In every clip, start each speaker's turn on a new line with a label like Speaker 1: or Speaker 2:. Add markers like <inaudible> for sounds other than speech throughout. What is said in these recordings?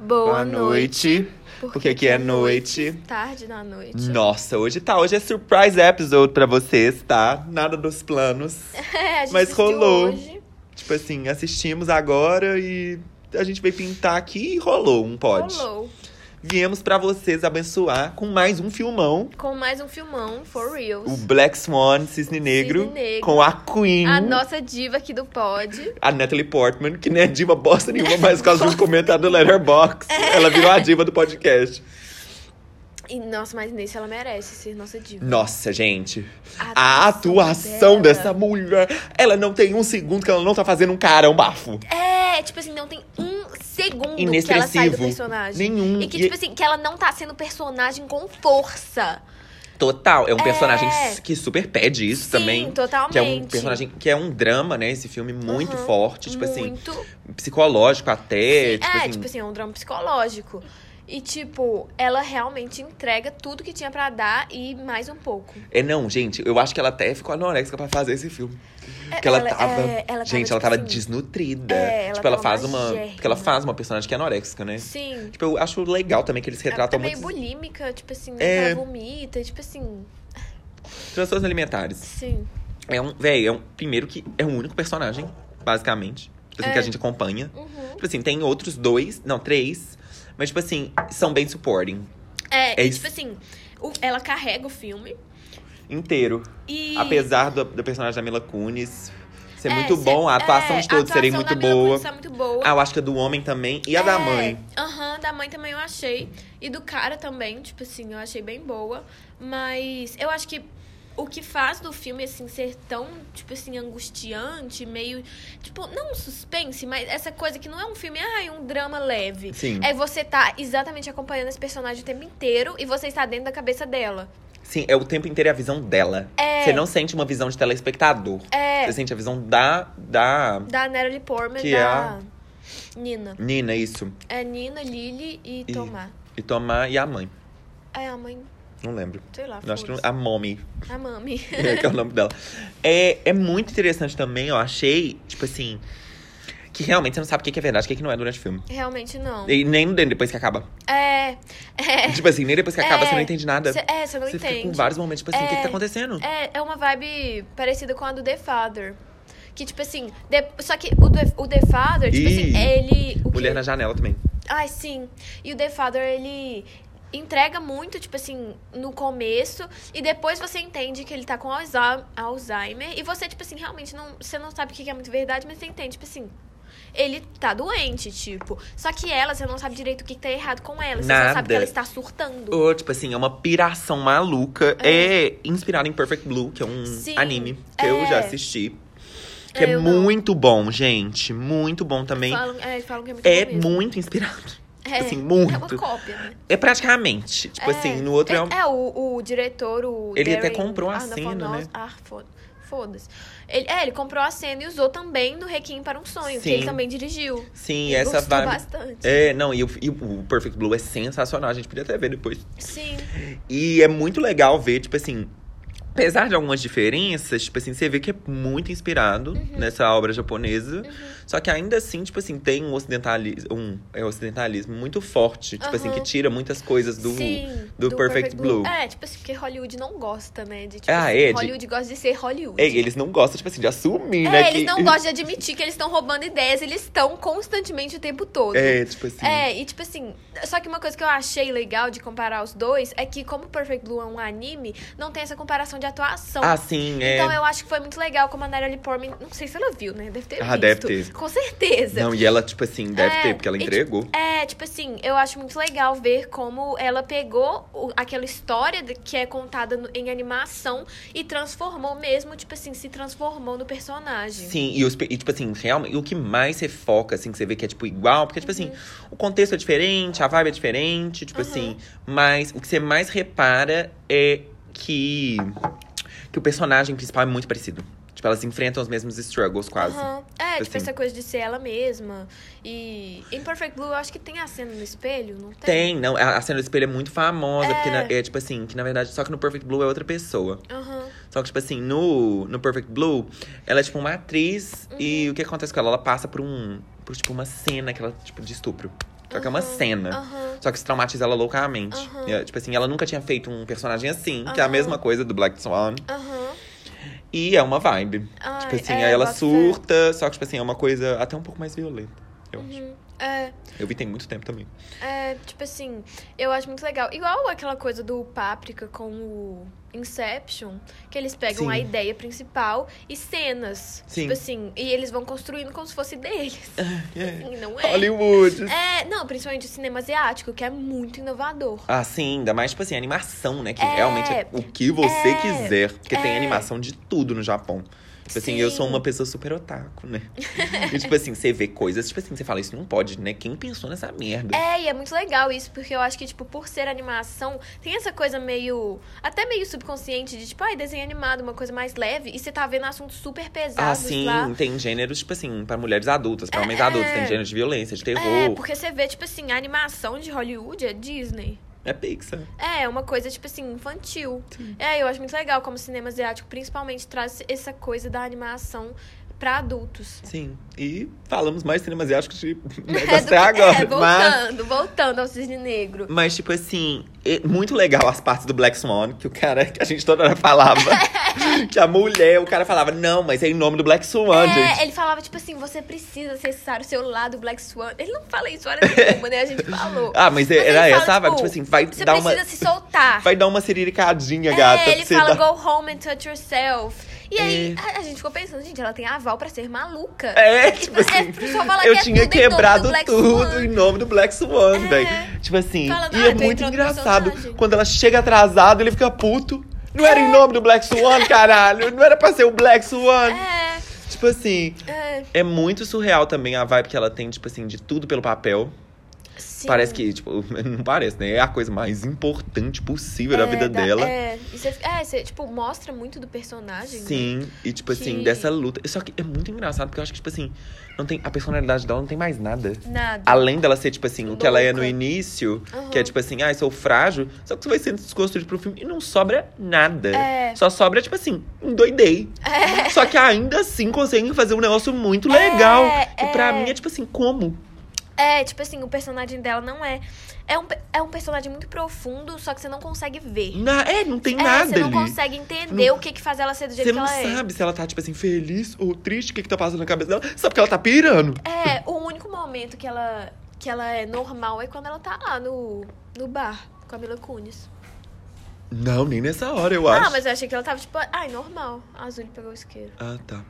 Speaker 1: Boa, noite.
Speaker 2: Porque aqui é noite.
Speaker 1: Tarde na noite.
Speaker 2: Nossa, hoje tá. Hoje é surprise episode pra vocês, tá? Nada dos planos.
Speaker 1: É, <laughs> a gente
Speaker 2: Mas
Speaker 1: assistiu
Speaker 2: rolou.
Speaker 1: Hoje.
Speaker 2: Tipo assim, assistimos agora e a gente veio pintar aqui e rolou um pod.
Speaker 1: Rolou.
Speaker 2: Viemos pra vocês abençoar com mais um filmão.
Speaker 1: Com mais um filmão, For Reals.
Speaker 2: O Black Swan, Cisne Negro,
Speaker 1: Cisne Negro.
Speaker 2: com a Queen.
Speaker 1: A nossa diva aqui do pod.
Speaker 2: a Natalie Portman, que nem é diva bosta nenhuma, mas por
Speaker 1: <laughs>
Speaker 2: causa de um comentário do Letterboxd,
Speaker 1: É.
Speaker 2: ela virou a diva do podcast.
Speaker 1: E, nossa, mas nesse ela merece ser nossa diva.
Speaker 2: Nossa, gente. A
Speaker 1: dela-
Speaker 2: atuação dessa mulher, ela não tem um segundo que ela não tá fazendo um carão bafo.
Speaker 1: É, tipo assim, não tem um segundo que ela sai do
Speaker 2: Inexpressivo.
Speaker 1: personagem.
Speaker 2: Nenhum.
Speaker 1: E que,
Speaker 2: E-
Speaker 1: tipo assim, que ela não tá sendo personagem com força.
Speaker 2: Total, é um
Speaker 1: É.
Speaker 2: personagem que super pede isso
Speaker 1: Sim,
Speaker 2: também.
Speaker 1: totalmente.
Speaker 2: Que é um personagem que é um drama, né? Esse filme muito
Speaker 1: Uhum,
Speaker 2: forte, tipo assim,
Speaker 1: muito.
Speaker 2: psicológico até.
Speaker 1: Sim,
Speaker 2: tipo
Speaker 1: é,
Speaker 2: assim,
Speaker 1: tipo assim, é um drama psicológico. E, tipo, ela realmente entrega tudo que tinha pra dar e mais um pouco.
Speaker 2: É, não, gente, eu acho que ela até ficou anorexica pra fazer esse filme.
Speaker 1: É,
Speaker 2: Porque ela,
Speaker 1: ela-
Speaker 2: tava.
Speaker 1: é, ela tava,
Speaker 2: gente,
Speaker 1: tipo
Speaker 2: ela tava
Speaker 1: assim,
Speaker 2: desnutrida.
Speaker 1: é, ela
Speaker 2: tipo, ela
Speaker 1: tava
Speaker 2: faz uma.
Speaker 1: magérrima.
Speaker 2: Porque ela faz uma personagem que é anorexica, né?
Speaker 1: Sim.
Speaker 2: Tipo, eu acho legal também que eles
Speaker 1: Ela tá
Speaker 2: retratam
Speaker 1: meio
Speaker 2: muitos
Speaker 1: bulímica, tipo assim,
Speaker 2: É.
Speaker 1: ela vomita, tipo assim.
Speaker 2: transtornos alimentares.
Speaker 1: Sim.
Speaker 2: É um. Véi, é um. Primeiro que é um único personagem, basicamente. Tipo assim,
Speaker 1: É.
Speaker 2: que a gente acompanha.
Speaker 1: Uhum.
Speaker 2: Tipo assim, tem outros dois, não, três. Mas, tipo assim, são bem supporting.
Speaker 1: É,
Speaker 2: É
Speaker 1: e,
Speaker 2: isso.
Speaker 1: tipo assim, o- ela carrega o filme
Speaker 2: Inteiro.
Speaker 1: e.
Speaker 2: Apesar do, do personagem da Mila Kunis ser
Speaker 1: É,
Speaker 2: muito
Speaker 1: ser-
Speaker 2: bom, a atuação
Speaker 1: é,
Speaker 2: de todos
Speaker 1: a
Speaker 2: serem
Speaker 1: atuação
Speaker 2: muito
Speaker 1: da Mila
Speaker 2: boa.
Speaker 1: Kunis tá muito boa.
Speaker 2: Ah, eu acho que a do homem também. E a da
Speaker 1: É,
Speaker 2: mãe.
Speaker 1: Aham, da mãe também eu achei. E do cara também, tipo assim, eu achei bem boa. Mas eu acho que o que faz do filme, assim, ser tão, tipo assim, angustiante, meio. Tipo, não um suspense, mas essa coisa que não é um filme, ah, é um drama leve.
Speaker 2: Sim.
Speaker 1: É você tá exatamente acompanhando esse personagem o tempo inteiro e você está dentro da cabeça dela.
Speaker 2: Sim, é o tempo inteiro é a visão dela.
Speaker 1: É.
Speaker 2: Você não sente uma visão de telespectador.
Speaker 1: É.
Speaker 2: Você sente a visão da, da
Speaker 1: Da Natalie Portman,
Speaker 2: Que é
Speaker 1: da
Speaker 2: a-
Speaker 1: Nina.
Speaker 2: Nina, isso.
Speaker 1: É Nina, Lily e,
Speaker 2: E-
Speaker 1: Tomar.
Speaker 2: E Tomar e a mãe.
Speaker 1: É a mãe,
Speaker 2: Não lembro.
Speaker 1: sei lá.
Speaker 2: Eu acho que não-
Speaker 1: foda-se.
Speaker 2: a Mommy,
Speaker 1: A mami.
Speaker 2: <laughs> é, que é o nome dela. É, é muito interessante também, eu achei, tipo assim, que realmente você não sabe o que que é verdade, o que que não é durante o filme.
Speaker 1: Realmente não.
Speaker 2: E nem depois que acaba.
Speaker 1: É. É.
Speaker 2: Tipo assim, nem depois que acaba
Speaker 1: É.
Speaker 2: você não entende nada.
Speaker 1: Cê- é, você não
Speaker 2: você fica com
Speaker 1: entende.
Speaker 2: vários momentos, tipo assim, o que que
Speaker 1: É.
Speaker 2: tá acontecendo?
Speaker 1: É, é uma vibe parecida com a do The Father. Que, tipo assim, de- só que o, The- o The Father, tipo
Speaker 2: Ih.
Speaker 1: assim, ele. O
Speaker 2: Mulher
Speaker 1: que...
Speaker 2: na janela também.
Speaker 1: Ai, sim. E o The Father, ele entrega muito, tipo assim, no começo. E depois você entende que ele tá com Alza- Alzheimer. E você, tipo assim, realmente não. Você não sabe o que que é muito verdade, mas você entende, tipo assim. Ele tá doente, tipo. Só que ela, você não sabe direito o que que tá errado com ela. Você só
Speaker 2: Nada.
Speaker 1: sabe que ela está surtando.
Speaker 2: Ou, tipo assim, é uma piração maluca. É, inspirado em Perfect Blue, que é um
Speaker 1: Sim,
Speaker 2: anime que
Speaker 1: é.
Speaker 2: eu já assisti. Que
Speaker 1: É,
Speaker 2: é
Speaker 1: eu não.
Speaker 2: muito bom, gente. Muito bom também.
Speaker 1: Falam, é, falam que é muito
Speaker 2: é
Speaker 1: bom mesmo.
Speaker 2: muito inspirado.
Speaker 1: É,
Speaker 2: assim,
Speaker 1: É uma
Speaker 2: muito.
Speaker 1: cópia, né?
Speaker 2: É praticamente. Tipo assim, no outro é, um.
Speaker 1: É, o, o diretor, o
Speaker 2: Ele até
Speaker 1: Darren
Speaker 2: comprou a
Speaker 1: Aronofsky-
Speaker 2: cena, né?
Speaker 1: Ah, foda- foda-se. Ele, é, ele comprou a cena e usou também no Requiem para um Sonho, que
Speaker 2: Sim.
Speaker 1: ele também dirigiu.
Speaker 2: Sim,
Speaker 1: E
Speaker 2: essa
Speaker 1: gostou
Speaker 2: vibe.
Speaker 1: bastante.
Speaker 2: É, não, e o, e o Perfect Blue é sensacional, a gente podia até ver depois.
Speaker 1: Sim,
Speaker 2: E é muito legal ver, tipo assim, apesar de algumas diferenças, tipo assim, você vê que é muito inspirado
Speaker 1: Uhum.
Speaker 2: nessa obra japonesa. Só que ainda assim, tipo assim, tem um ocidentalismo, um, é, ocidentalismo muito forte, tipo assim,
Speaker 1: Aham.
Speaker 2: que tira muitas coisas do.
Speaker 1: Uhum. sim.
Speaker 2: do Perfect Blue.
Speaker 1: É, tipo assim, porque Hollywood não gosta, né? De, tipo,
Speaker 2: Ah,
Speaker 1: assim,
Speaker 2: é, de-
Speaker 1: Hollywood gosta de ser Hollywood.
Speaker 2: É, eles não gostam, tipo assim, de assumir,
Speaker 1: É,
Speaker 2: né?
Speaker 1: eles
Speaker 2: que- <laughs>
Speaker 1: não gostam de admitir que eles estão roubando ideias, eles estão constantemente o tempo todo.
Speaker 2: É, tipo assim.
Speaker 1: É, e tipo assim, só que uma coisa que eu achei legal de comparar os dois é que, como Perfect Blue é um anime, não tem essa comparação de atuação.
Speaker 2: Ah, sim, é.
Speaker 1: Então eu acho que foi muito legal como a Natalie Portman, não sei se ela viu, né? Deve ter
Speaker 2: Ah,
Speaker 1: visto.
Speaker 2: deve ter.
Speaker 1: Com certeza.
Speaker 2: Não, e ela, tipo assim, deve
Speaker 1: É,
Speaker 2: ter, porque ela
Speaker 1: e, tipo,
Speaker 2: entregou.
Speaker 1: É, tipo assim, eu acho muito legal ver como ela pegou o- aquela história de- que é contada no- em animação e transformou mesmo, tipo assim, se transformou no personagem.
Speaker 2: Sim, e, os, pe- e tipo assim, realmente, o que mais você foca, assim, que você vê que é, tipo, igual, porque, tipo assim,
Speaker 1: Uhum.
Speaker 2: o contexto é diferente, a vibe é diferente, tipo assim, mas o que você mais repara é que, que o personagem principal é muito parecido. Tipo, elas enfrentam os mesmos struggles, quase.
Speaker 1: Aham. É, tipo,
Speaker 2: Assim.
Speaker 1: essa coisa de ser ela mesma. E em Perfect Blue, eu acho que tem a cena no espelho, não tem?
Speaker 2: Tem, não, a a cena do espelho é muito famosa,
Speaker 1: É.
Speaker 2: porque na- é tipo assim, que na verdade, só que no Perfect Blue é outra pessoa.
Speaker 1: Aham.
Speaker 2: Só que, tipo assim, no, no Perfect Blue, ela é tipo
Speaker 1: Uhum.
Speaker 2: uma atriz e o que acontece com ela? Ela passa por um. por tipo uma cena que ela, tipo, de estupro. Só que é
Speaker 1: Uhum.
Speaker 2: uma cena.
Speaker 1: Aham.
Speaker 2: Só que se traumatiza ela loucamente.
Speaker 1: Aham.
Speaker 2: É, tipo assim, ela nunca tinha feito um personagem assim, que é a
Speaker 1: Uhum. Aham.
Speaker 2: mesma coisa do Black Swan.
Speaker 1: Aham.
Speaker 2: E é uma vibe.
Speaker 1: Ai,
Speaker 2: tipo assim,
Speaker 1: é,
Speaker 2: aí ela
Speaker 1: bota fé.
Speaker 2: surta, só que, tipo assim, é uma coisa até um pouco mais violenta. Eu acho.
Speaker 1: Uhum. É,
Speaker 2: Eu vi tem muito
Speaker 1: <laughs>
Speaker 2: tempo também.
Speaker 1: é, tipo assim, eu acho muito legal. Igual aquela coisa do Páprica com o Inception, que eles pegam
Speaker 2: Sim.
Speaker 1: a ideia principal e cenas.
Speaker 2: Sim.
Speaker 1: Tipo assim, e eles vão construindo como se fosse deles. E não é.
Speaker 2: Hollywood.
Speaker 1: É, não, principalmente o cinema asiático, que é muito inovador.
Speaker 2: Ah, sim, ainda mais, tipo assim, animação, né? Que
Speaker 1: É.
Speaker 2: realmente é o que você
Speaker 1: É.
Speaker 2: quiser. Porque tem
Speaker 1: É.
Speaker 2: animação de tudo no Japão. Tipo assim, eu sou
Speaker 1: Sim.
Speaker 2: uma pessoa super otaku, né? e tipo assim, você vê coisas, tipo assim, você fala, isso não pode, né? Quem pensou nessa merda?
Speaker 1: É, e é muito legal isso, porque eu acho que, tipo, por ser animação, tem essa coisa meio. Até meio subconsciente de, tipo, ai, desenho animado, uma coisa mais leve, e você tá vendo assuntos super
Speaker 2: Ah,
Speaker 1: pesados
Speaker 2: sim,
Speaker 1: lá.
Speaker 2: tem gêneros, tipo assim, pra mulheres adultas, pra homens
Speaker 1: É.
Speaker 2: adultos, tem gêneros de violência, de terror.
Speaker 1: É, porque você vê, tipo assim, a animação de Hollywood é Disney.
Speaker 2: É Pixar.
Speaker 1: É, uma coisa, tipo assim, infantil. É, eu acho muito legal como o cinema asiático principalmente traz essa coisa da animação pra adultos.
Speaker 2: Sim. E falamos mais cinema asiático
Speaker 1: <laughs>
Speaker 2: de né,
Speaker 1: É, do-
Speaker 2: até agora.
Speaker 1: é,
Speaker 2: mas,
Speaker 1: voltando, voltando ao cisne negro.
Speaker 2: mas, tipo assim, é muito legal as partes do Black Swan, que o cara, que a gente toda hora falava.
Speaker 1: <laughs>
Speaker 2: que a mulher, o cara falava, não, mas é em nome do Black Swan,
Speaker 1: É,
Speaker 2: gente.
Speaker 1: ele falava, tipo assim, você precisa acessar o seu lado Black Swan. Ele não fala isso hora nenhuma, né? A gente falou.
Speaker 2: Ah, mas,
Speaker 1: ele
Speaker 2: era
Speaker 1: fala,
Speaker 2: essa, sabe?
Speaker 1: tipo,
Speaker 2: Tipo assim, vai
Speaker 1: Você
Speaker 2: dar uma.
Speaker 1: precisa se soltar.
Speaker 2: Vai dar uma siriricadinha, gata.
Speaker 1: é, ele
Speaker 2: pra você
Speaker 1: fala,
Speaker 2: dar-
Speaker 1: go home and touch yourself. E aí,
Speaker 2: É.
Speaker 1: a, a gente ficou pensando, gente, ela tem aval pra ser maluca.
Speaker 2: <laughs> É,
Speaker 1: Tipo,
Speaker 2: tipo
Speaker 1: é,
Speaker 2: assim,
Speaker 1: pro pessoal falar
Speaker 2: eu
Speaker 1: que é
Speaker 2: tinha
Speaker 1: tudo em nome do
Speaker 2: quebrado
Speaker 1: Black
Speaker 2: tudo
Speaker 1: Swan.
Speaker 2: em nome do Black Swan,
Speaker 1: É.
Speaker 2: velho. Tipo assim,
Speaker 1: Falando,
Speaker 2: e
Speaker 1: ah,
Speaker 2: é
Speaker 1: tu
Speaker 2: muito
Speaker 1: entrou no
Speaker 2: engraçado.
Speaker 1: personagem.
Speaker 2: Quando ela chega atrasada, ele fica puto. Não era
Speaker 1: É.
Speaker 2: em nome do Black Swan, caralho. Não era pra ser o Black Swan.
Speaker 1: É,
Speaker 2: Tipo assim,
Speaker 1: é,
Speaker 2: é muito surreal também a vibe que ela tem, tipo assim, de tudo pelo papel.
Speaker 1: sim.
Speaker 2: Parece que, tipo, <laughs> não parece, né? É a coisa mais importante possível da
Speaker 1: É,
Speaker 2: vida
Speaker 1: dá-
Speaker 2: dela.
Speaker 1: É, e você, é, você, tipo, mostra muito do personagem. né?
Speaker 2: Sim, e tipo assim,
Speaker 1: Que-
Speaker 2: dessa luta. Só que é muito engraçado, porque eu acho que, tipo assim, não tem, a personalidade dela não tem mais nada.
Speaker 1: Nada.
Speaker 2: Além dela ser, tipo assim, o que ela é no
Speaker 1: Louca.
Speaker 2: início,
Speaker 1: Aham.
Speaker 2: que é tipo assim, ai, sou frágil, só que você vai sendo desconstruído pro filme e não sobra nada.
Speaker 1: É.
Speaker 2: Só sobra, tipo assim, endoidei. Só que ainda assim conseguem fazer um negócio muito
Speaker 1: É,
Speaker 2: legal. que
Speaker 1: é.
Speaker 2: pra mim é tipo assim, como?
Speaker 1: É, tipo assim, o personagem dela não é. É um, pe- é um personagem muito profundo, só que você não consegue ver.
Speaker 2: Na- é, não tem
Speaker 1: é,
Speaker 2: nada
Speaker 1: você não
Speaker 2: ali.
Speaker 1: consegue entender o que, que faz ela ser do jeito
Speaker 2: Você
Speaker 1: que
Speaker 2: não
Speaker 1: ela é.
Speaker 2: sabe se ela tá, tipo assim, feliz ou triste, o que que tá passando na cabeça dela. Sabe que ela tá pirando.
Speaker 1: é. É, o único momento que ela, que ela é normal é quando ela tá lá no, no bar com a Mila Kunis.
Speaker 2: Não, nem nessa hora, eu acho.
Speaker 1: Ah, mas eu achei que ela tava tipo, ai, normal. A Azul pegou o isqueiro.
Speaker 2: Ah, tá.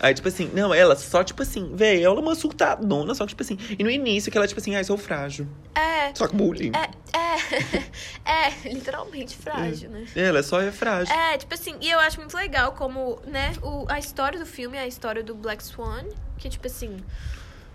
Speaker 2: Aí, tipo assim, não, ela só, tipo assim, véi, ela é uma surtadona, só que, tipo assim, e no início que ela, tipo assim, ai, sou frágil.
Speaker 1: É,
Speaker 2: Só que bullying.
Speaker 1: é, é. <laughs> é, literalmente frágil, né?
Speaker 2: Ela só é frágil.
Speaker 1: É, tipo assim, e eu acho muito legal como, né, o, a história do filme é a história do Black Swan, que, tipo assim,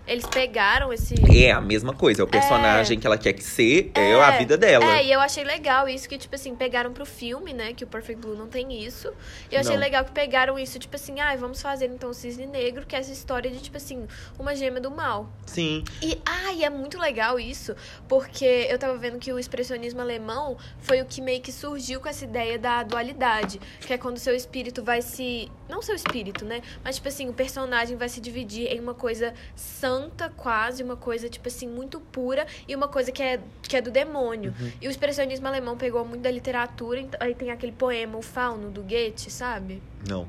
Speaker 1: eles pegaram esse.
Speaker 2: É, a mesma coisa, é o personagem que ela quer que ser, é, a vida dela.
Speaker 1: É, e eu achei legal isso que, tipo assim, pegaram pro filme, né? Que o Perfect Blue não tem isso. E eu achei
Speaker 2: Não.
Speaker 1: legal que pegaram isso, tipo assim, ai, vamos fazer então o Cisne Negro, que é essa história de, tipo assim, uma gêmea do mal.
Speaker 2: Sim.
Speaker 1: E, ai, é muito legal isso, porque eu tava vendo que o expressionismo alemão foi o que meio que surgiu com essa ideia da dualidade, que é quando seu espírito vai se. Não seu espírito, né? Mas, tipo assim, o personagem vai se dividir em uma coisa santa, quase, uma coisa, tipo assim, muito pura, e uma coisa que é, que é do demônio. E o expressionismo alemão pegou muito da literatura, então- aí tem aquele poema, O Fauno, do Goethe, sabe?
Speaker 2: Não.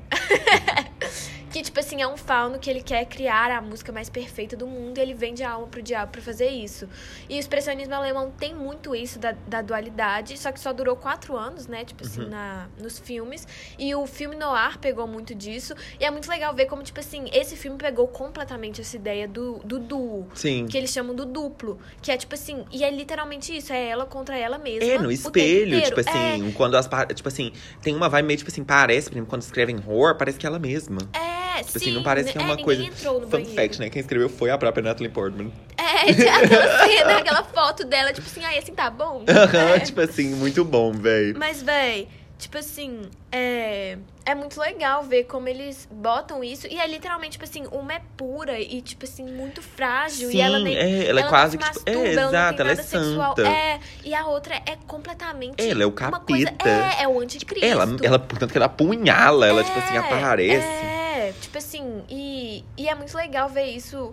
Speaker 1: Que, tipo assim, é um fauno que ele quer criar a música mais perfeita do mundo e ele vende a alma pro diabo pra fazer isso. E o expressionismo alemão tem muito isso da, da dualidade, só que só durou quatro anos, né? Tipo
Speaker 2: Uhum.
Speaker 1: assim, na, nos filmes. E o filme Noir pegou muito disso. E é muito legal ver como, tipo assim, esse filme pegou completamente essa ideia do, do duo.
Speaker 2: Sim.
Speaker 1: Que eles chamam do duplo. Que é tipo assim, e é literalmente isso, é ela contra ela mesma.
Speaker 2: É,
Speaker 1: o
Speaker 2: no
Speaker 1: tempo
Speaker 2: espelho,
Speaker 1: inteiro.
Speaker 2: tipo
Speaker 1: É,
Speaker 2: assim, quando as partes. Tipo assim, tem uma vibe meio, tipo assim, parece, por exemplo, quando escrevem horror, parece que é ela mesma.
Speaker 1: É,
Speaker 2: Tipo
Speaker 1: sim,
Speaker 2: assim, não parece que é uma
Speaker 1: ninguém
Speaker 2: coisa.
Speaker 1: Entrou no
Speaker 2: Fun
Speaker 1: banheiro.
Speaker 2: fact, né? Quem escreveu foi a própria Natalie Portman.
Speaker 1: É, <laughs> tinha aquela cena, aquela foto dela, tipo assim, ah, assim tá bom.
Speaker 2: Aham,
Speaker 1: É.
Speaker 2: <laughs> tipo assim, muito bom, véi.
Speaker 1: Mas, véi, tipo assim, é, é muito legal ver como eles botam isso. E é literalmente, tipo assim, uma é pura e, tipo assim, muito frágil. e ela nem.
Speaker 2: é, ela,
Speaker 1: ela
Speaker 2: é
Speaker 1: não
Speaker 2: quase
Speaker 1: se
Speaker 2: que. Tipo,
Speaker 1: masturba,
Speaker 2: é,
Speaker 1: ela não tem
Speaker 2: exato, ela é
Speaker 1: nada sexual.
Speaker 2: santa.
Speaker 1: É, e a outra é completamente.
Speaker 2: Ela é o
Speaker 1: Uma coisa,
Speaker 2: capeta.
Speaker 1: é, é o anticristo.
Speaker 2: Ela, ela, portanto, que ela apunhala, ela, tipo
Speaker 1: É,
Speaker 2: assim, aparece.
Speaker 1: É, tipo assim, e, e é muito legal ver isso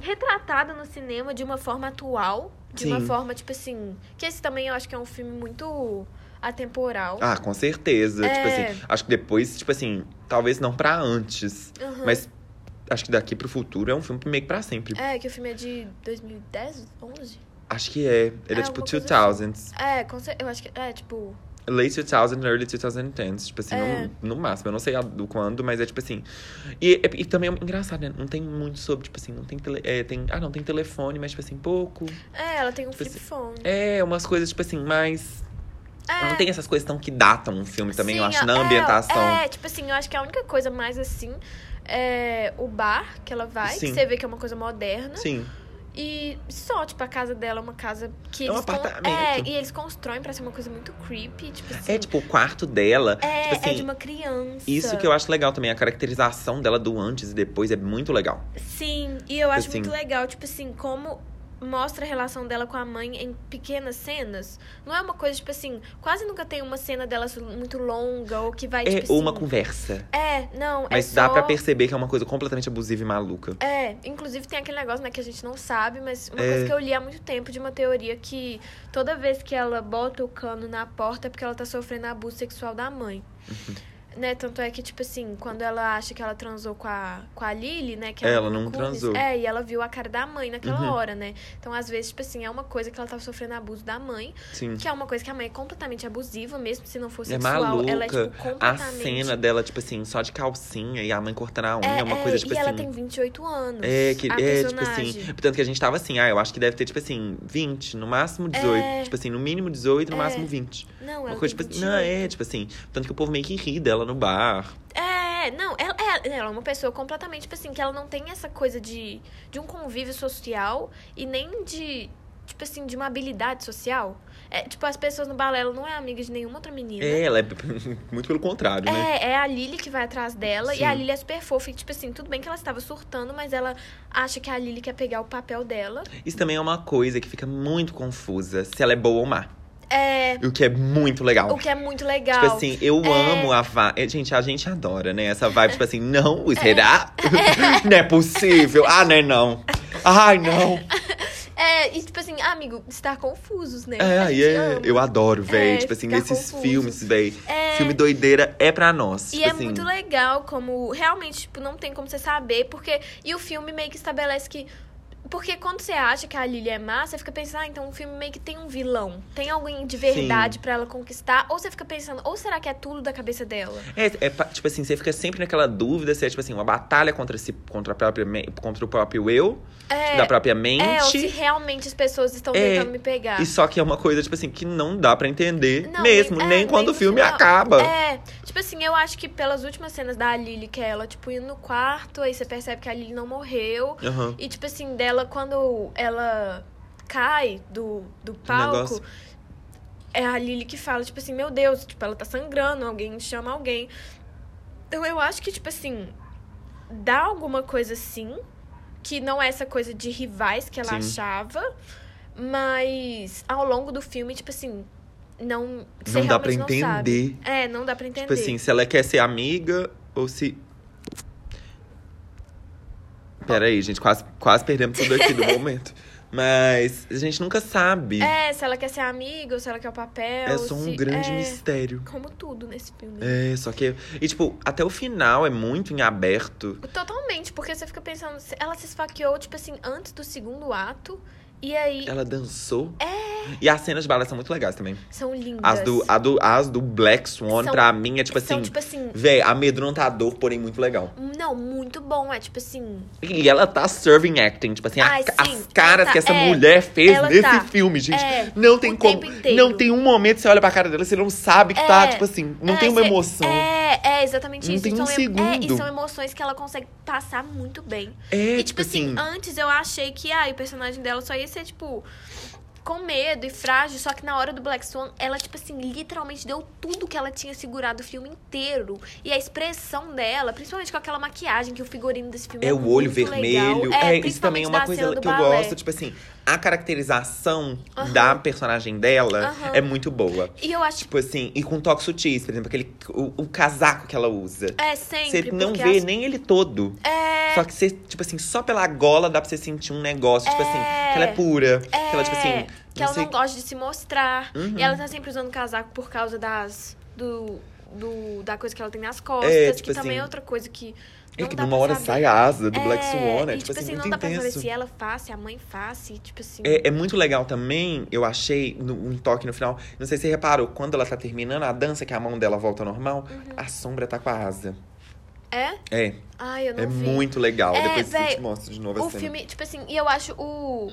Speaker 1: retratada no cinema de uma forma atual. De uma
Speaker 2: Sim.
Speaker 1: forma, tipo assim. Que esse também eu acho que é um filme muito atemporal.
Speaker 2: Ah, com certeza. Tipo
Speaker 1: É.
Speaker 2: assim, acho que depois, tipo assim, talvez não pra antes,
Speaker 1: Uhum.
Speaker 2: mas acho que daqui pro futuro é um filme meio que pra sempre.
Speaker 1: É, que o filme é de 2010, 11?
Speaker 2: Acho que é. Ele é,
Speaker 1: É,
Speaker 2: tipo
Speaker 1: alguma coisa
Speaker 2: 2000s.
Speaker 1: É, com cer- eu acho que. É, tipo.
Speaker 2: Late 2000, early 2010. Tipo assim,
Speaker 1: É.
Speaker 2: no, no máximo. Eu não sei a do quando, mas é tipo assim. E, e também é engraçado, né? Não tem muito sobre, tipo assim, não tem, tele, é, tem. Ah, não, tem telefone, mas tipo assim, pouco.
Speaker 1: É, ela tem um
Speaker 2: Tipo assim,
Speaker 1: flip phone.
Speaker 2: É, umas coisas, tipo assim, mais.
Speaker 1: É,
Speaker 2: Não tem essas coisas tão que datam um filme também, eu
Speaker 1: sim,
Speaker 2: acho, na
Speaker 1: é,
Speaker 2: ambientação.
Speaker 1: É, tipo assim, eu acho que a única coisa mais assim é o bar que ela vai,
Speaker 2: Sim.
Speaker 1: que você vê que é uma coisa moderna.
Speaker 2: Sim.
Speaker 1: E só, tipo, a casa dela é uma casa que
Speaker 2: É um
Speaker 1: eles. con-
Speaker 2: apartamento.
Speaker 1: É, e eles constroem pra ser uma coisa muito creepy, tipo assim.
Speaker 2: É, tipo, o quarto dela.
Speaker 1: é,
Speaker 2: tipo assim,
Speaker 1: é de uma criança.
Speaker 2: Isso que eu acho legal também, a caracterização dela do antes e depois é muito legal.
Speaker 1: Sim, e eu acho
Speaker 2: assim.
Speaker 1: muito legal, tipo assim, como mostra a relação dela com a mãe em pequenas cenas. Não é uma coisa, tipo assim, quase nunca tem uma cena dela muito longa ou que vai,
Speaker 2: É,
Speaker 1: tipo
Speaker 2: ou
Speaker 1: assim.
Speaker 2: uma conversa.
Speaker 1: É, não, é
Speaker 2: Mas dá
Speaker 1: só...
Speaker 2: pra perceber que é uma coisa completamente abusiva e maluca.
Speaker 1: É, inclusive tem aquele negócio, né, que a gente não sabe, mas uma
Speaker 2: É.
Speaker 1: coisa que eu li há muito tempo de uma teoria que toda vez que ela bota o cano na porta é porque ela tá sofrendo abuso sexual da mãe.
Speaker 2: Uhum.
Speaker 1: Né, tanto é que, tipo assim, quando ela acha que ela transou com a, com a Lily, né? Que é a
Speaker 2: Ela
Speaker 1: Mila
Speaker 2: não
Speaker 1: Kunis,
Speaker 2: transou.
Speaker 1: É, e ela viu a cara da mãe naquela
Speaker 2: Uhum.
Speaker 1: hora, né? Então, às vezes, tipo assim, é uma coisa que ela tá sofrendo abuso da mãe,
Speaker 2: Sim.
Speaker 1: que é uma coisa que a mãe é completamente abusiva, mesmo se não fosse
Speaker 2: Uhum. É
Speaker 1: sexual.
Speaker 2: maluca.
Speaker 1: Ela é, tipo,
Speaker 2: A
Speaker 1: completamente.
Speaker 2: cena dela, tipo assim, só de calcinha e a mãe cortando a unha, é, uma coisa, tipo
Speaker 1: e
Speaker 2: assim.
Speaker 1: ela tem 28 anos.
Speaker 2: É, que,
Speaker 1: a
Speaker 2: é tipo
Speaker 1: personagem.
Speaker 2: assim. Portanto, que a gente tava assim, ah, eu acho que deve ter, tipo assim, 20, no máximo 18.
Speaker 1: É.
Speaker 2: Tipo assim, no mínimo 18, no
Speaker 1: É.
Speaker 2: máximo 20.
Speaker 1: Não, ela
Speaker 2: Uma coisa,
Speaker 1: tem
Speaker 2: tipo assim. Não, é,
Speaker 1: 28.
Speaker 2: tipo assim. Portanto, que o povo meio que ri dela no bar.
Speaker 1: É, não, ela, é- ela é uma pessoa completamente, tipo assim, que ela não tem essa coisa de, de um convívio social e nem de, tipo assim, de uma habilidade social. É, tipo, as pessoas no balé, ela não é amiga de nenhuma outra menina.
Speaker 2: É, ela é <laughs> muito pelo contrário, né?
Speaker 1: É, é a Lily que vai atrás dela.
Speaker 2: Sim.
Speaker 1: E a Lily é super fofa. E, tipo assim, tudo bem que ela estava surtando, mas ela acha que a Lily quer pegar o papel dela.
Speaker 2: Isso também é uma coisa que fica muito confusa se ela é boa ou má.
Speaker 1: É,
Speaker 2: O que é muito legal.
Speaker 1: o que é muito legal.
Speaker 2: Tipo assim, eu
Speaker 1: É.
Speaker 2: amo a vibe. Gente, a gente adora, né? Essa vibe, tipo assim, não,
Speaker 1: É. <laughs>
Speaker 2: será? não é possível. Ah, não é não. Ai, não.
Speaker 1: É, e tipo assim, amigo, estar confusos, né?
Speaker 2: É,
Speaker 1: A
Speaker 2: aí
Speaker 1: gente
Speaker 2: é.
Speaker 1: ama.
Speaker 2: Eu adoro, véi.
Speaker 1: É,
Speaker 2: tipo assim,
Speaker 1: ficar
Speaker 2: nesses
Speaker 1: confuso.
Speaker 2: filmes, véi.
Speaker 1: É.
Speaker 2: Filme doideira é pra nós.
Speaker 1: E
Speaker 2: tipo
Speaker 1: é
Speaker 2: assim,
Speaker 1: muito legal como realmente, tipo, não tem como você saber, porque. E o filme meio que estabelece que. Porque quando você acha que a Lily é má, você fica pensando, ah, então o filme meio que tem um vilão. Tem alguém de verdade pra ela conquistar. Ou você fica pensando, ou será que é tudo da cabeça dela?
Speaker 2: É, é pa- tipo assim, você fica sempre naquela dúvida se é, tipo assim, uma batalha contra, si, contra, a própria, me- contra o próprio eu,
Speaker 1: É.
Speaker 2: da própria mente.
Speaker 1: É, ou se realmente as pessoas estão
Speaker 2: É,
Speaker 1: tentando me pegar.
Speaker 2: E só que é uma coisa, tipo assim, que não dá pra entender
Speaker 1: Não,
Speaker 2: mesmo,
Speaker 1: nem- é,
Speaker 2: nem
Speaker 1: nem
Speaker 2: quando
Speaker 1: no
Speaker 2: o filme
Speaker 1: final.
Speaker 2: acaba.
Speaker 1: É, tipo assim, eu acho que pelas últimas cenas da Lily, que é ela, tipo, indo no quarto, aí você percebe que a Lily não morreu.
Speaker 2: Aham.
Speaker 1: E, tipo assim, dela, quando ela cai do, do palco,
Speaker 2: negócio.
Speaker 1: é a Lily que fala, tipo assim, meu Deus, tipo, ela tá sangrando, alguém chama alguém. Então, eu acho que, tipo assim, dá alguma coisa assim, que não é essa coisa de rivais que ela
Speaker 2: Sim.
Speaker 1: achava, mas ao longo do filme, tipo assim, não... você
Speaker 2: Não dá pra
Speaker 1: realmente não sabe.
Speaker 2: entender.
Speaker 1: É, não dá pra entender.
Speaker 2: Tipo assim, se ela quer ser amiga ou se. Peraí, gente, quase, quase perdemos tudo
Speaker 1: <laughs>
Speaker 2: aqui do momento. Mas a gente nunca sabe.
Speaker 1: É, se ela quer ser amiga, ou se ela quer o papel.
Speaker 2: É só um
Speaker 1: se-
Speaker 2: grande
Speaker 1: é,
Speaker 2: mistério.
Speaker 1: Como tudo nesse filme.
Speaker 2: É, só que. E, tipo, até o final é muito em aberto.
Speaker 1: Totalmente, porque você fica pensando, se- ela se esfaqueou, tipo assim, antes do segundo ato. E aí
Speaker 2: Ela dançou. É. E as cenas de balé são muito legais também.
Speaker 1: são lindas.
Speaker 2: É, As do, a do, as do Black Swan,
Speaker 1: São-
Speaker 2: pra mim, é tipo
Speaker 1: são,
Speaker 2: assim.
Speaker 1: tipo assim.
Speaker 2: Véi, amedrontador, porém muito legal.
Speaker 1: Não, muito bom. É tipo assim.
Speaker 2: E ela tá serving acting, tipo assim, a-
Speaker 1: Ai, sim,
Speaker 2: as caras
Speaker 1: ela tá-
Speaker 2: que essa
Speaker 1: é,
Speaker 2: mulher fez
Speaker 1: ela
Speaker 2: nesse
Speaker 1: tá,
Speaker 2: filme, gente.
Speaker 1: é,
Speaker 2: não tem
Speaker 1: o
Speaker 2: como.
Speaker 1: tempo inteiro.
Speaker 2: Não tem um momento que você olha pra cara dela e você não sabe que tá,
Speaker 1: É,
Speaker 2: tipo assim, não
Speaker 1: é,
Speaker 2: tem uma
Speaker 1: cê-
Speaker 2: emoção. É,
Speaker 1: É, é exatamente
Speaker 2: Não
Speaker 1: isso.
Speaker 2: tem
Speaker 1: são
Speaker 2: um
Speaker 1: em- É,
Speaker 2: segundo.
Speaker 1: e são emoções que ela consegue passar muito bem. e
Speaker 2: tipo assim.
Speaker 1: antes eu achei que ah, o personagem dela só ia ser, tipo. com medo e frágil, só que na hora do Black Swan, ela, tipo assim, literalmente deu tudo que ela tinha segurado o filme inteiro. E a expressão dela, principalmente com aquela maquiagem, que o figurino desse filme é
Speaker 2: É o olho
Speaker 1: muito
Speaker 2: vermelho.
Speaker 1: legal. É,
Speaker 2: isso também é uma coisa que eu gosto. Tipo assim, a caracterização
Speaker 1: Aham.
Speaker 2: da personagem dela
Speaker 1: Aham.
Speaker 2: é muito boa.
Speaker 1: E eu acho,
Speaker 2: Tipo assim, e com toques sutis, por exemplo, aquele o, o casaco que ela usa.
Speaker 1: é,
Speaker 2: Você
Speaker 1: sempre,
Speaker 2: não
Speaker 1: porque
Speaker 2: vê né?
Speaker 1: as-
Speaker 2: nem ele todo.
Speaker 1: É,
Speaker 2: Só que você, tipo assim, só pela gola dá pra você sentir um negócio, tipo assim,
Speaker 1: É.
Speaker 2: que ela é pura.
Speaker 1: é,
Speaker 2: que ela, tipo assim,
Speaker 1: que ela
Speaker 2: sei-
Speaker 1: não gosta de se mostrar.
Speaker 2: Uhum.
Speaker 1: E ela tá sempre usando casaco por causa das... Do, do, da coisa que ela tem nas costas.
Speaker 2: É, tipo
Speaker 1: que também
Speaker 2: assim,
Speaker 1: é outra coisa que
Speaker 2: É
Speaker 1: não
Speaker 2: que
Speaker 1: dá
Speaker 2: numa
Speaker 1: pra
Speaker 2: hora
Speaker 1: saber.
Speaker 2: sai a asa do Black
Speaker 1: É,
Speaker 2: Swan, né?
Speaker 1: e,
Speaker 2: tipo assim,
Speaker 1: não
Speaker 2: muito
Speaker 1: dá pra saber
Speaker 2: intenso.
Speaker 1: se ela faz, se a mãe faz, se, tipo assim.
Speaker 2: É, é muito legal também, eu achei, no, um toque no final. Não sei se você reparou, quando ela tá terminando a dança, que a mão dela volta ao normal,
Speaker 1: Uhum.
Speaker 2: a sombra tá com a asa.
Speaker 1: É?
Speaker 2: É,
Speaker 1: Ai, eu não
Speaker 2: é
Speaker 1: vi.
Speaker 2: muito legal.
Speaker 1: É,
Speaker 2: Depois eu te
Speaker 1: véi,
Speaker 2: mostro de novo
Speaker 1: O
Speaker 2: a cena.
Speaker 1: filme, tipo assim, e eu acho o.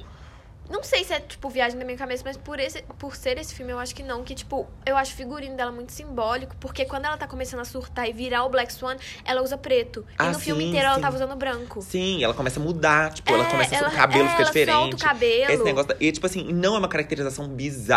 Speaker 1: Não sei se é, tipo, viagem da minha cabeça, mas por, esse, por ser esse filme, eu acho que não. Que, tipo, eu acho o figurino dela muito simbólico, porque quando ela tá começando a surtar e virar o Black Swan, ela usa preto. E
Speaker 2: Ah,
Speaker 1: no filme
Speaker 2: sim,
Speaker 1: inteiro ela
Speaker 2: sim.
Speaker 1: tava usando branco.
Speaker 2: Sim, ela começa a mudar, tipo, ela
Speaker 1: É,
Speaker 2: começa a
Speaker 1: ela-
Speaker 2: o cabelo
Speaker 1: é,
Speaker 2: fica
Speaker 1: ela
Speaker 2: diferente.
Speaker 1: Solta o cabelo.
Speaker 2: Esse negócio. da- E, tipo assim, não é uma caracterização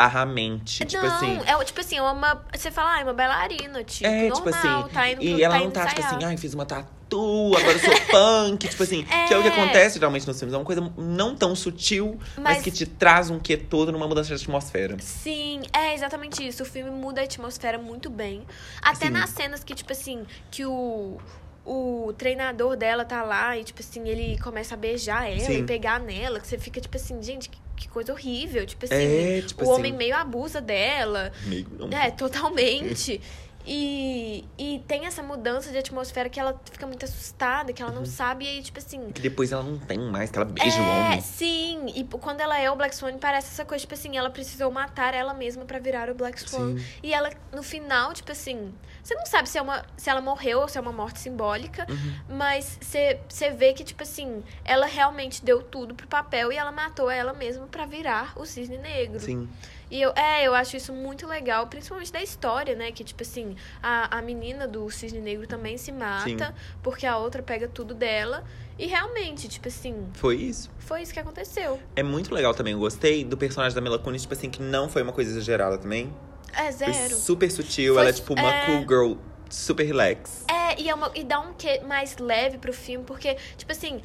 Speaker 2: bizarramente. tipo
Speaker 1: não,
Speaker 2: assim.
Speaker 1: é tipo assim, é uma. Você fala, ah, é uma bailarina, tipo,
Speaker 2: É,
Speaker 1: normal,
Speaker 2: tipo assim.
Speaker 1: tá indo
Speaker 2: e
Speaker 1: pro-
Speaker 2: ela
Speaker 1: tá
Speaker 2: não
Speaker 1: indo
Speaker 2: tá, tipo
Speaker 1: ensaiar.
Speaker 2: assim, ai, fiz uma tatu, agora
Speaker 1: <laughs>
Speaker 2: eu sou punk. Tipo assim, que é o que
Speaker 1: É.
Speaker 2: acontece geralmente nos filmes. É uma coisa não tão sutil, "Ah, mas,
Speaker 1: Mas-
Speaker 2: que te traz um quê todo numa mudança de atmosfera.
Speaker 1: Sim, é exatamente isso. O filme muda a atmosfera muito bem. Até
Speaker 2: Sim.
Speaker 1: nas cenas que, tipo assim, que o, o treinador dela tá lá e, tipo assim, ele começa a beijar ela
Speaker 2: Sim.
Speaker 1: e pegar nela, que você fica, tipo assim, gente, que, que coisa horrível. Tipo assim,
Speaker 2: É,
Speaker 1: o
Speaker 2: tipo assim.
Speaker 1: homem meio abusa dela.
Speaker 2: meio- não- <laughs>
Speaker 1: É, totalmente. E, e tem essa mudança de atmosfera que ela fica muito assustada, que ela
Speaker 2: Uhum.
Speaker 1: não sabe, e aí, tipo assim,
Speaker 2: Que depois ela não tem mais, que ela beija o
Speaker 1: é,
Speaker 2: homem.
Speaker 1: sim. E p- quando ela é o Black Swan, parece essa coisa, tipo assim, ela precisou matar ela mesma pra virar o Black Swan.
Speaker 2: Sim.
Speaker 1: E ela, no final, tipo assim, você não sabe se, é uma, se ela morreu ou se é uma morte simbólica,
Speaker 2: Uhum.
Speaker 1: mas você você vê que, tipo assim, ela realmente deu tudo pro papel e ela matou ela mesma pra virar o cisne negro.
Speaker 2: Sim.
Speaker 1: E eu, é, eu acho isso muito legal, principalmente da história, né? Que, tipo assim, a, a menina do cisne negro também se mata, porque a outra pega tudo dela. E realmente, tipo assim.
Speaker 2: Foi isso.
Speaker 1: Foi isso que aconteceu.
Speaker 2: É muito legal também, eu gostei do personagem da Mila Kunis, tipo assim, que não foi uma coisa exagerada também.
Speaker 1: É
Speaker 2: Foi
Speaker 1: zero.
Speaker 2: super sutil,
Speaker 1: Foi
Speaker 2: ela é
Speaker 1: su-
Speaker 2: tipo uma
Speaker 1: é.
Speaker 2: cool girl, super relax.
Speaker 1: É, e, é uma, e dá um quê mais leve pro filme, porque, tipo assim,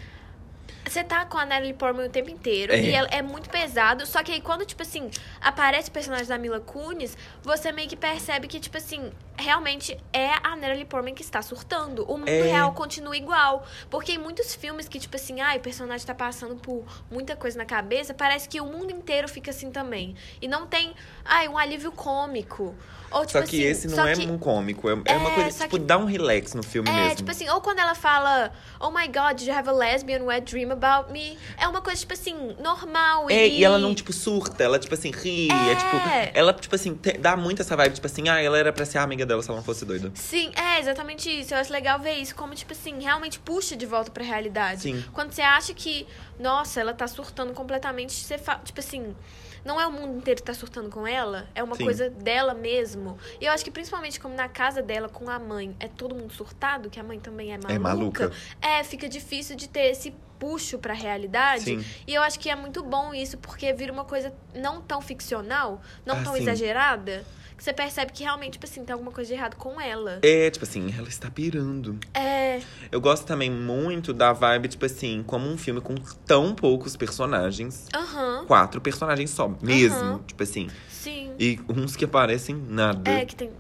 Speaker 1: você tá com a Natalie Portman o tempo inteiro
Speaker 2: É.
Speaker 1: e ela é muito pesado. Só que aí quando, tipo assim, aparece o personagem da Mila Kunis, você meio que percebe que, tipo assim, realmente é a Natalie Portman que está surtando. O mundo
Speaker 2: É.
Speaker 1: real continua igual. Porque em muitos filmes que, tipo assim, ai, o personagem tá passando por muita coisa na cabeça, parece que o mundo inteiro fica assim também. E não tem, ai, um alívio cômico. Ou, tipo
Speaker 2: só
Speaker 1: assim,
Speaker 2: que esse não
Speaker 1: só
Speaker 2: é
Speaker 1: que-
Speaker 2: um cômico, é, é uma
Speaker 1: É,
Speaker 2: coisa
Speaker 1: só
Speaker 2: tipo
Speaker 1: que-
Speaker 2: dá um relax no filme
Speaker 1: É,
Speaker 2: mesmo.
Speaker 1: tipo assim, ou quando ela fala, oh my god, you have a lesbian wet dream about me. É uma coisa, tipo assim, normal.
Speaker 2: É,
Speaker 1: e...
Speaker 2: e ela não, tipo, surta, ela, tipo assim, ri. É,
Speaker 1: É.
Speaker 2: tipo. Ela, tipo assim, te- dá muito essa vibe, tipo assim, ah, ela era pra ser a amiga dela se ela não fosse doida.
Speaker 1: Sim, é exatamente isso. Eu acho legal ver isso, como, tipo assim, realmente puxa de volta pra realidade.
Speaker 2: Sim.
Speaker 1: Quando você acha que, nossa, ela tá surtando completamente, você fala, tipo assim, não é o mundo inteiro que tá surtando com ela, é uma
Speaker 2: Sim.
Speaker 1: coisa dela mesmo. E eu acho que principalmente como na casa dela com a mãe é todo mundo surtado, que a mãe também é maluca.
Speaker 2: É maluca.
Speaker 1: É, fica difícil de ter esse puxo pra realidade.
Speaker 2: Sim.
Speaker 1: E eu acho que é muito bom isso, porque vira uma coisa não tão ficcional, não
Speaker 2: Ah,
Speaker 1: tão
Speaker 2: sim.
Speaker 1: exagerada, que você percebe que realmente, tipo assim, tem alguma coisa de errado com ela.
Speaker 2: É, tipo assim, ela está pirando.
Speaker 1: É,
Speaker 2: Eu gosto também muito da vibe, tipo assim, como um filme com tão poucos personagens.
Speaker 1: aham,
Speaker 2: Quatro personagens só, mesmo.
Speaker 1: Aham.
Speaker 2: Tipo assim.
Speaker 1: sim.
Speaker 2: E uns que aparecem nada.
Speaker 1: É, que tem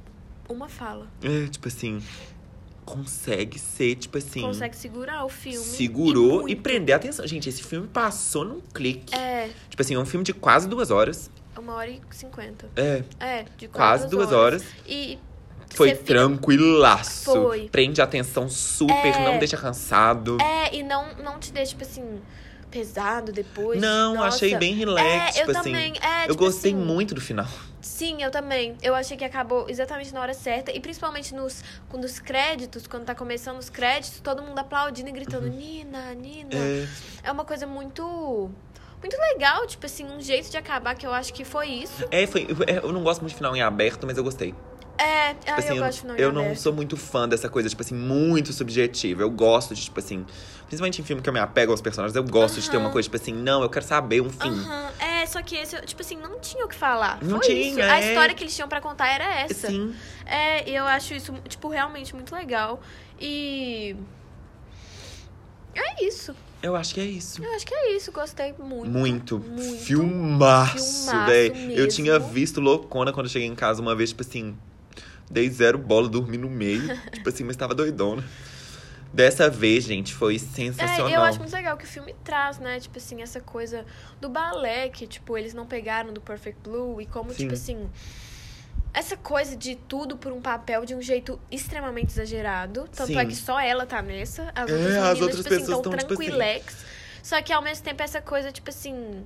Speaker 1: uma fala.
Speaker 2: É, tipo assim. Consegue ser, tipo assim.
Speaker 1: Consegue segurar o filme.
Speaker 2: Segurou e,
Speaker 1: muito.
Speaker 2: prender a atenção. Gente, esse filme passou num clique.
Speaker 1: É,
Speaker 2: Tipo assim, é um filme de quase duas horas.
Speaker 1: uma hora e cinquenta.
Speaker 2: É,
Speaker 1: É, de
Speaker 2: quase duas horas.
Speaker 1: E
Speaker 2: Foi
Speaker 1: você fica-
Speaker 2: tranquilaço.
Speaker 1: Foi.
Speaker 2: Prende a atenção super,
Speaker 1: É.
Speaker 2: não deixa cansado.
Speaker 1: É, e não, não te deixa, tipo assim, pesado depois.
Speaker 2: não,
Speaker 1: Nossa.
Speaker 2: achei bem
Speaker 1: É,
Speaker 2: relax,
Speaker 1: eu
Speaker 2: tipo assim.
Speaker 1: também. É,
Speaker 2: eu
Speaker 1: tipo
Speaker 2: gostei
Speaker 1: assim,
Speaker 2: muito do final.
Speaker 1: Sim, eu também. Eu achei que acabou exatamente na hora certa. E principalmente nos, quando os créditos, quando tá começando os créditos, todo mundo aplaudindo e gritando Nina, Nina.
Speaker 2: Uhum. É,
Speaker 1: É. uma coisa muito. Muito legal, tipo assim, um jeito de acabar que eu acho que foi isso.
Speaker 2: é, foi, é, eu não gosto muito de final em aberto, mas eu gostei. Tipo
Speaker 1: É, ah,
Speaker 2: assim,
Speaker 1: eu, gosto de não
Speaker 2: não,
Speaker 1: ir
Speaker 2: eu não
Speaker 1: aberto.
Speaker 2: sou muito fã dessa coisa, tipo assim, muito subjetiva. Eu gosto de, tipo assim, principalmente em filme que eu me apego aos personagens, eu gosto de ter uma
Speaker 1: Aham.
Speaker 2: coisa, tipo assim, não, eu quero saber um fim.
Speaker 1: Aham, é, É, só que esse, tipo assim, não tinha o que falar.
Speaker 2: Não
Speaker 1: Foi
Speaker 2: tinha,
Speaker 1: isso. A
Speaker 2: é.
Speaker 1: história que eles tinham pra contar era essa.
Speaker 2: Sim.
Speaker 1: É, e eu acho isso, tipo, realmente muito legal. E. É isso.
Speaker 2: Eu acho que é isso.
Speaker 1: Eu acho que é isso. Gostei muito.
Speaker 2: Muito.
Speaker 1: muito.
Speaker 2: Filmaço,
Speaker 1: Filmaço
Speaker 2: velho. Eu
Speaker 1: mesmo.
Speaker 2: tinha visto loucona quando eu cheguei em casa uma vez, tipo assim, dei zero bola, dormi no meio.
Speaker 1: <laughs>
Speaker 2: tipo assim, mas tava doidona. Dessa vez, gente, foi sensacional.
Speaker 1: É, eu acho muito legal que o filme traz, né? Tipo assim, essa coisa do balé que, tipo, eles não pegaram do Perfect Blue e como,
Speaker 2: Sim.
Speaker 1: tipo assim. Essa coisa de tudo por um papel de um jeito extremamente exagerado. Tanto
Speaker 2: Sim.
Speaker 1: é que só ela tá nessa. As
Speaker 2: É,
Speaker 1: outras,
Speaker 2: as
Speaker 1: meninas,
Speaker 2: outras
Speaker 1: tipo assim,
Speaker 2: pessoas
Speaker 1: tão
Speaker 2: tão, tipo assim-
Speaker 1: tranquilex. Só que ao mesmo tempo essa coisa, tipo assim.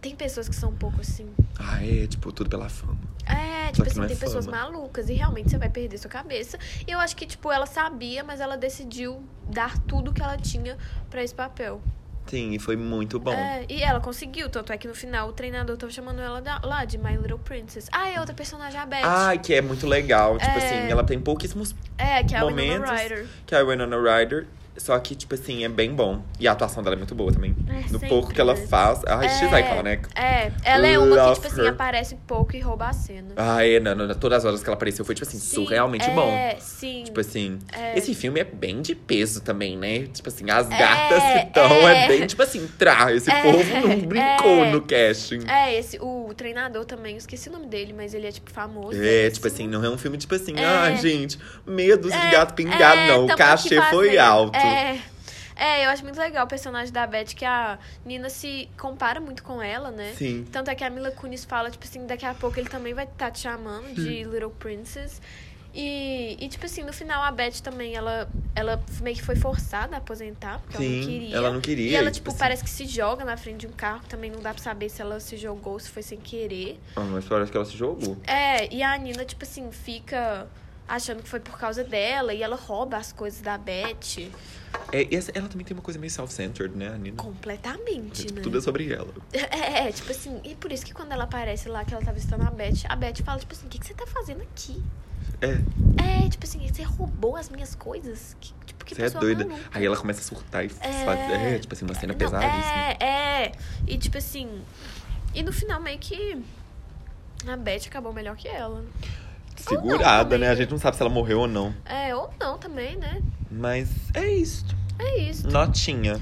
Speaker 1: Tem pessoas que são um pouco assim.
Speaker 2: Ah, é, tipo, tudo pela fama.
Speaker 1: É,
Speaker 2: Só
Speaker 1: tipo
Speaker 2: que
Speaker 1: assim,
Speaker 2: não é
Speaker 1: tem pessoas
Speaker 2: fama.
Speaker 1: malucas e realmente você vai perder sua cabeça. E eu acho que, tipo, ela sabia, mas ela decidiu dar tudo que ela tinha pra esse papel.
Speaker 2: Sim, e foi muito bom.
Speaker 1: É, e ela conseguiu, tanto é que no final o treinador tava chamando ela da- lá de My Little Princess. Ah, é outra personagem, a Beth.
Speaker 2: Ai, que é muito legal. Tipo
Speaker 1: É.
Speaker 2: assim, ela tem pouquíssimos
Speaker 1: é, que é a Winona
Speaker 2: momentos
Speaker 1: Ryder.
Speaker 2: que é a Winona Ryder. Só que, tipo assim, é bem bom. E a atuação dela é muito boa também.
Speaker 1: É,
Speaker 2: no
Speaker 1: sempre,
Speaker 2: pouco que ela
Speaker 1: né?
Speaker 2: faz. Ai, né? she's
Speaker 1: É.
Speaker 2: iconic.
Speaker 1: É, ela é uma que,
Speaker 2: Love
Speaker 1: tipo assim,
Speaker 2: her.
Speaker 1: aparece pouco e rouba a cena.
Speaker 2: Ah, é, não, não, todas as horas que ela apareceu foi, tipo assim,
Speaker 1: Sim,
Speaker 2: surrealmente bom.
Speaker 1: É, sim.
Speaker 2: Tipo assim,
Speaker 1: É.
Speaker 2: esse filme é bem de peso também, né? Tipo assim, as
Speaker 1: É,
Speaker 2: gatas então é.
Speaker 1: é.
Speaker 2: bem, tipo assim, tra, esse
Speaker 1: É,
Speaker 2: povo não brincou
Speaker 1: é.
Speaker 2: no casting.
Speaker 1: É, esse, o treinador também, eu esqueci o nome dele, mas ele é, tipo, famoso.
Speaker 2: É,
Speaker 1: né,
Speaker 2: tipo assim, não é um filme tipo assim,
Speaker 1: É.
Speaker 2: ai, gente, medo de
Speaker 1: É,
Speaker 2: gato pingado,
Speaker 1: é,
Speaker 2: não.
Speaker 1: tamo
Speaker 2: O
Speaker 1: aqui
Speaker 2: cachê foi
Speaker 1: fazendo. É.
Speaker 2: alto.
Speaker 1: É, eu acho muito legal o personagem da Beth, que a Nina se compara muito com ela, né?
Speaker 2: Sim.
Speaker 1: Tanto é que a Mila Kunis fala, tipo assim, daqui a pouco ele também vai estar te chamando de Little Princess. E, e, tipo assim, no final a Beth também, ela, ela meio que foi forçada a aposentar, porque ela não
Speaker 2: Sim,
Speaker 1: queria.
Speaker 2: ela não queria.
Speaker 1: E ela,
Speaker 2: e,
Speaker 1: tipo,
Speaker 2: assim,
Speaker 1: parece que se joga na frente de um carro, que também não dá pra saber se ela se jogou, se foi sem querer.
Speaker 2: Ah, mas parece que ela se jogou.
Speaker 1: É, e a Nina, tipo assim, fica achando que foi por causa dela, e ela rouba as coisas da Beth.
Speaker 2: É, e essa- ela também tem uma coisa meio self-centered, né, a Nina?
Speaker 1: Completamente,
Speaker 2: Tipo,
Speaker 1: né?
Speaker 2: Tudo é sobre ela.
Speaker 1: <laughs> É, é, tipo assim, e por isso que quando ela aparece lá, que ela tá visitando a Beth, a Beth fala, tipo assim, o que, que você tá fazendo aqui?
Speaker 2: É,
Speaker 1: É, tipo assim, você roubou as minhas coisas? Que, tipo, que
Speaker 2: você é
Speaker 1: pessoa
Speaker 2: doida.
Speaker 1: maluca.
Speaker 2: Aí ela começa a surtar e
Speaker 1: É.
Speaker 2: faz. É, tipo assim, uma cena
Speaker 1: Não,
Speaker 2: pesadíssima.
Speaker 1: É, é. E tipo assim, e no final meio que a Beth acabou melhor que ela.
Speaker 2: Segurada,
Speaker 1: também,
Speaker 2: né? A
Speaker 1: né?
Speaker 2: gente não sabe se ela morreu ou não.
Speaker 1: É, ou não também, né?
Speaker 2: Mas é isso.
Speaker 1: É isso.
Speaker 2: Notinha.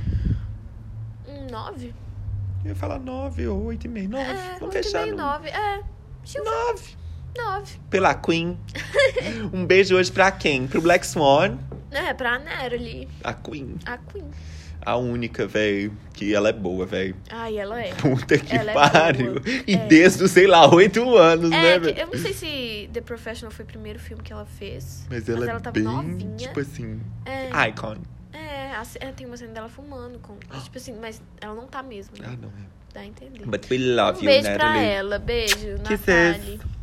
Speaker 1: Um nove?
Speaker 2: Eu ia falar nove ou oito e meio. Nove.
Speaker 1: É,
Speaker 2: Vamos
Speaker 1: oito e
Speaker 2: fechar
Speaker 1: meio,
Speaker 2: no-
Speaker 1: nove. É, um
Speaker 2: Nove.
Speaker 1: nove. <laughs>
Speaker 2: Pela Queen. um beijo hoje pra quem? Pro Black Swan.
Speaker 1: É, pra Natalie,
Speaker 2: A Queen.
Speaker 1: a Queen.
Speaker 2: A única, velho. Que ela é boa, velho.
Speaker 1: Ai, ela é.
Speaker 2: Puta que
Speaker 1: Ela é
Speaker 2: pariu.
Speaker 1: boa.
Speaker 2: e
Speaker 1: É.
Speaker 2: desde, sei lá, oito anos, né,
Speaker 1: É, que-
Speaker 2: velho?
Speaker 1: eu não sei se The Professional foi o primeiro filme que ela fez.
Speaker 2: Mas ela, é
Speaker 1: tava
Speaker 2: bem,
Speaker 1: novinha.
Speaker 2: tipo assim,
Speaker 1: É,
Speaker 2: icon.
Speaker 1: é, a ce- é, tem uma cena dela fumando com. Tipo assim, mas ela não tá mesmo,
Speaker 2: Ah,
Speaker 1: né?
Speaker 2: não é.
Speaker 1: Dá a entender.
Speaker 2: But we love
Speaker 1: um
Speaker 2: you,
Speaker 1: beijo pra
Speaker 2: Natalie.
Speaker 1: ela. Beijo,
Speaker 2: Kisses.
Speaker 1: Natalie.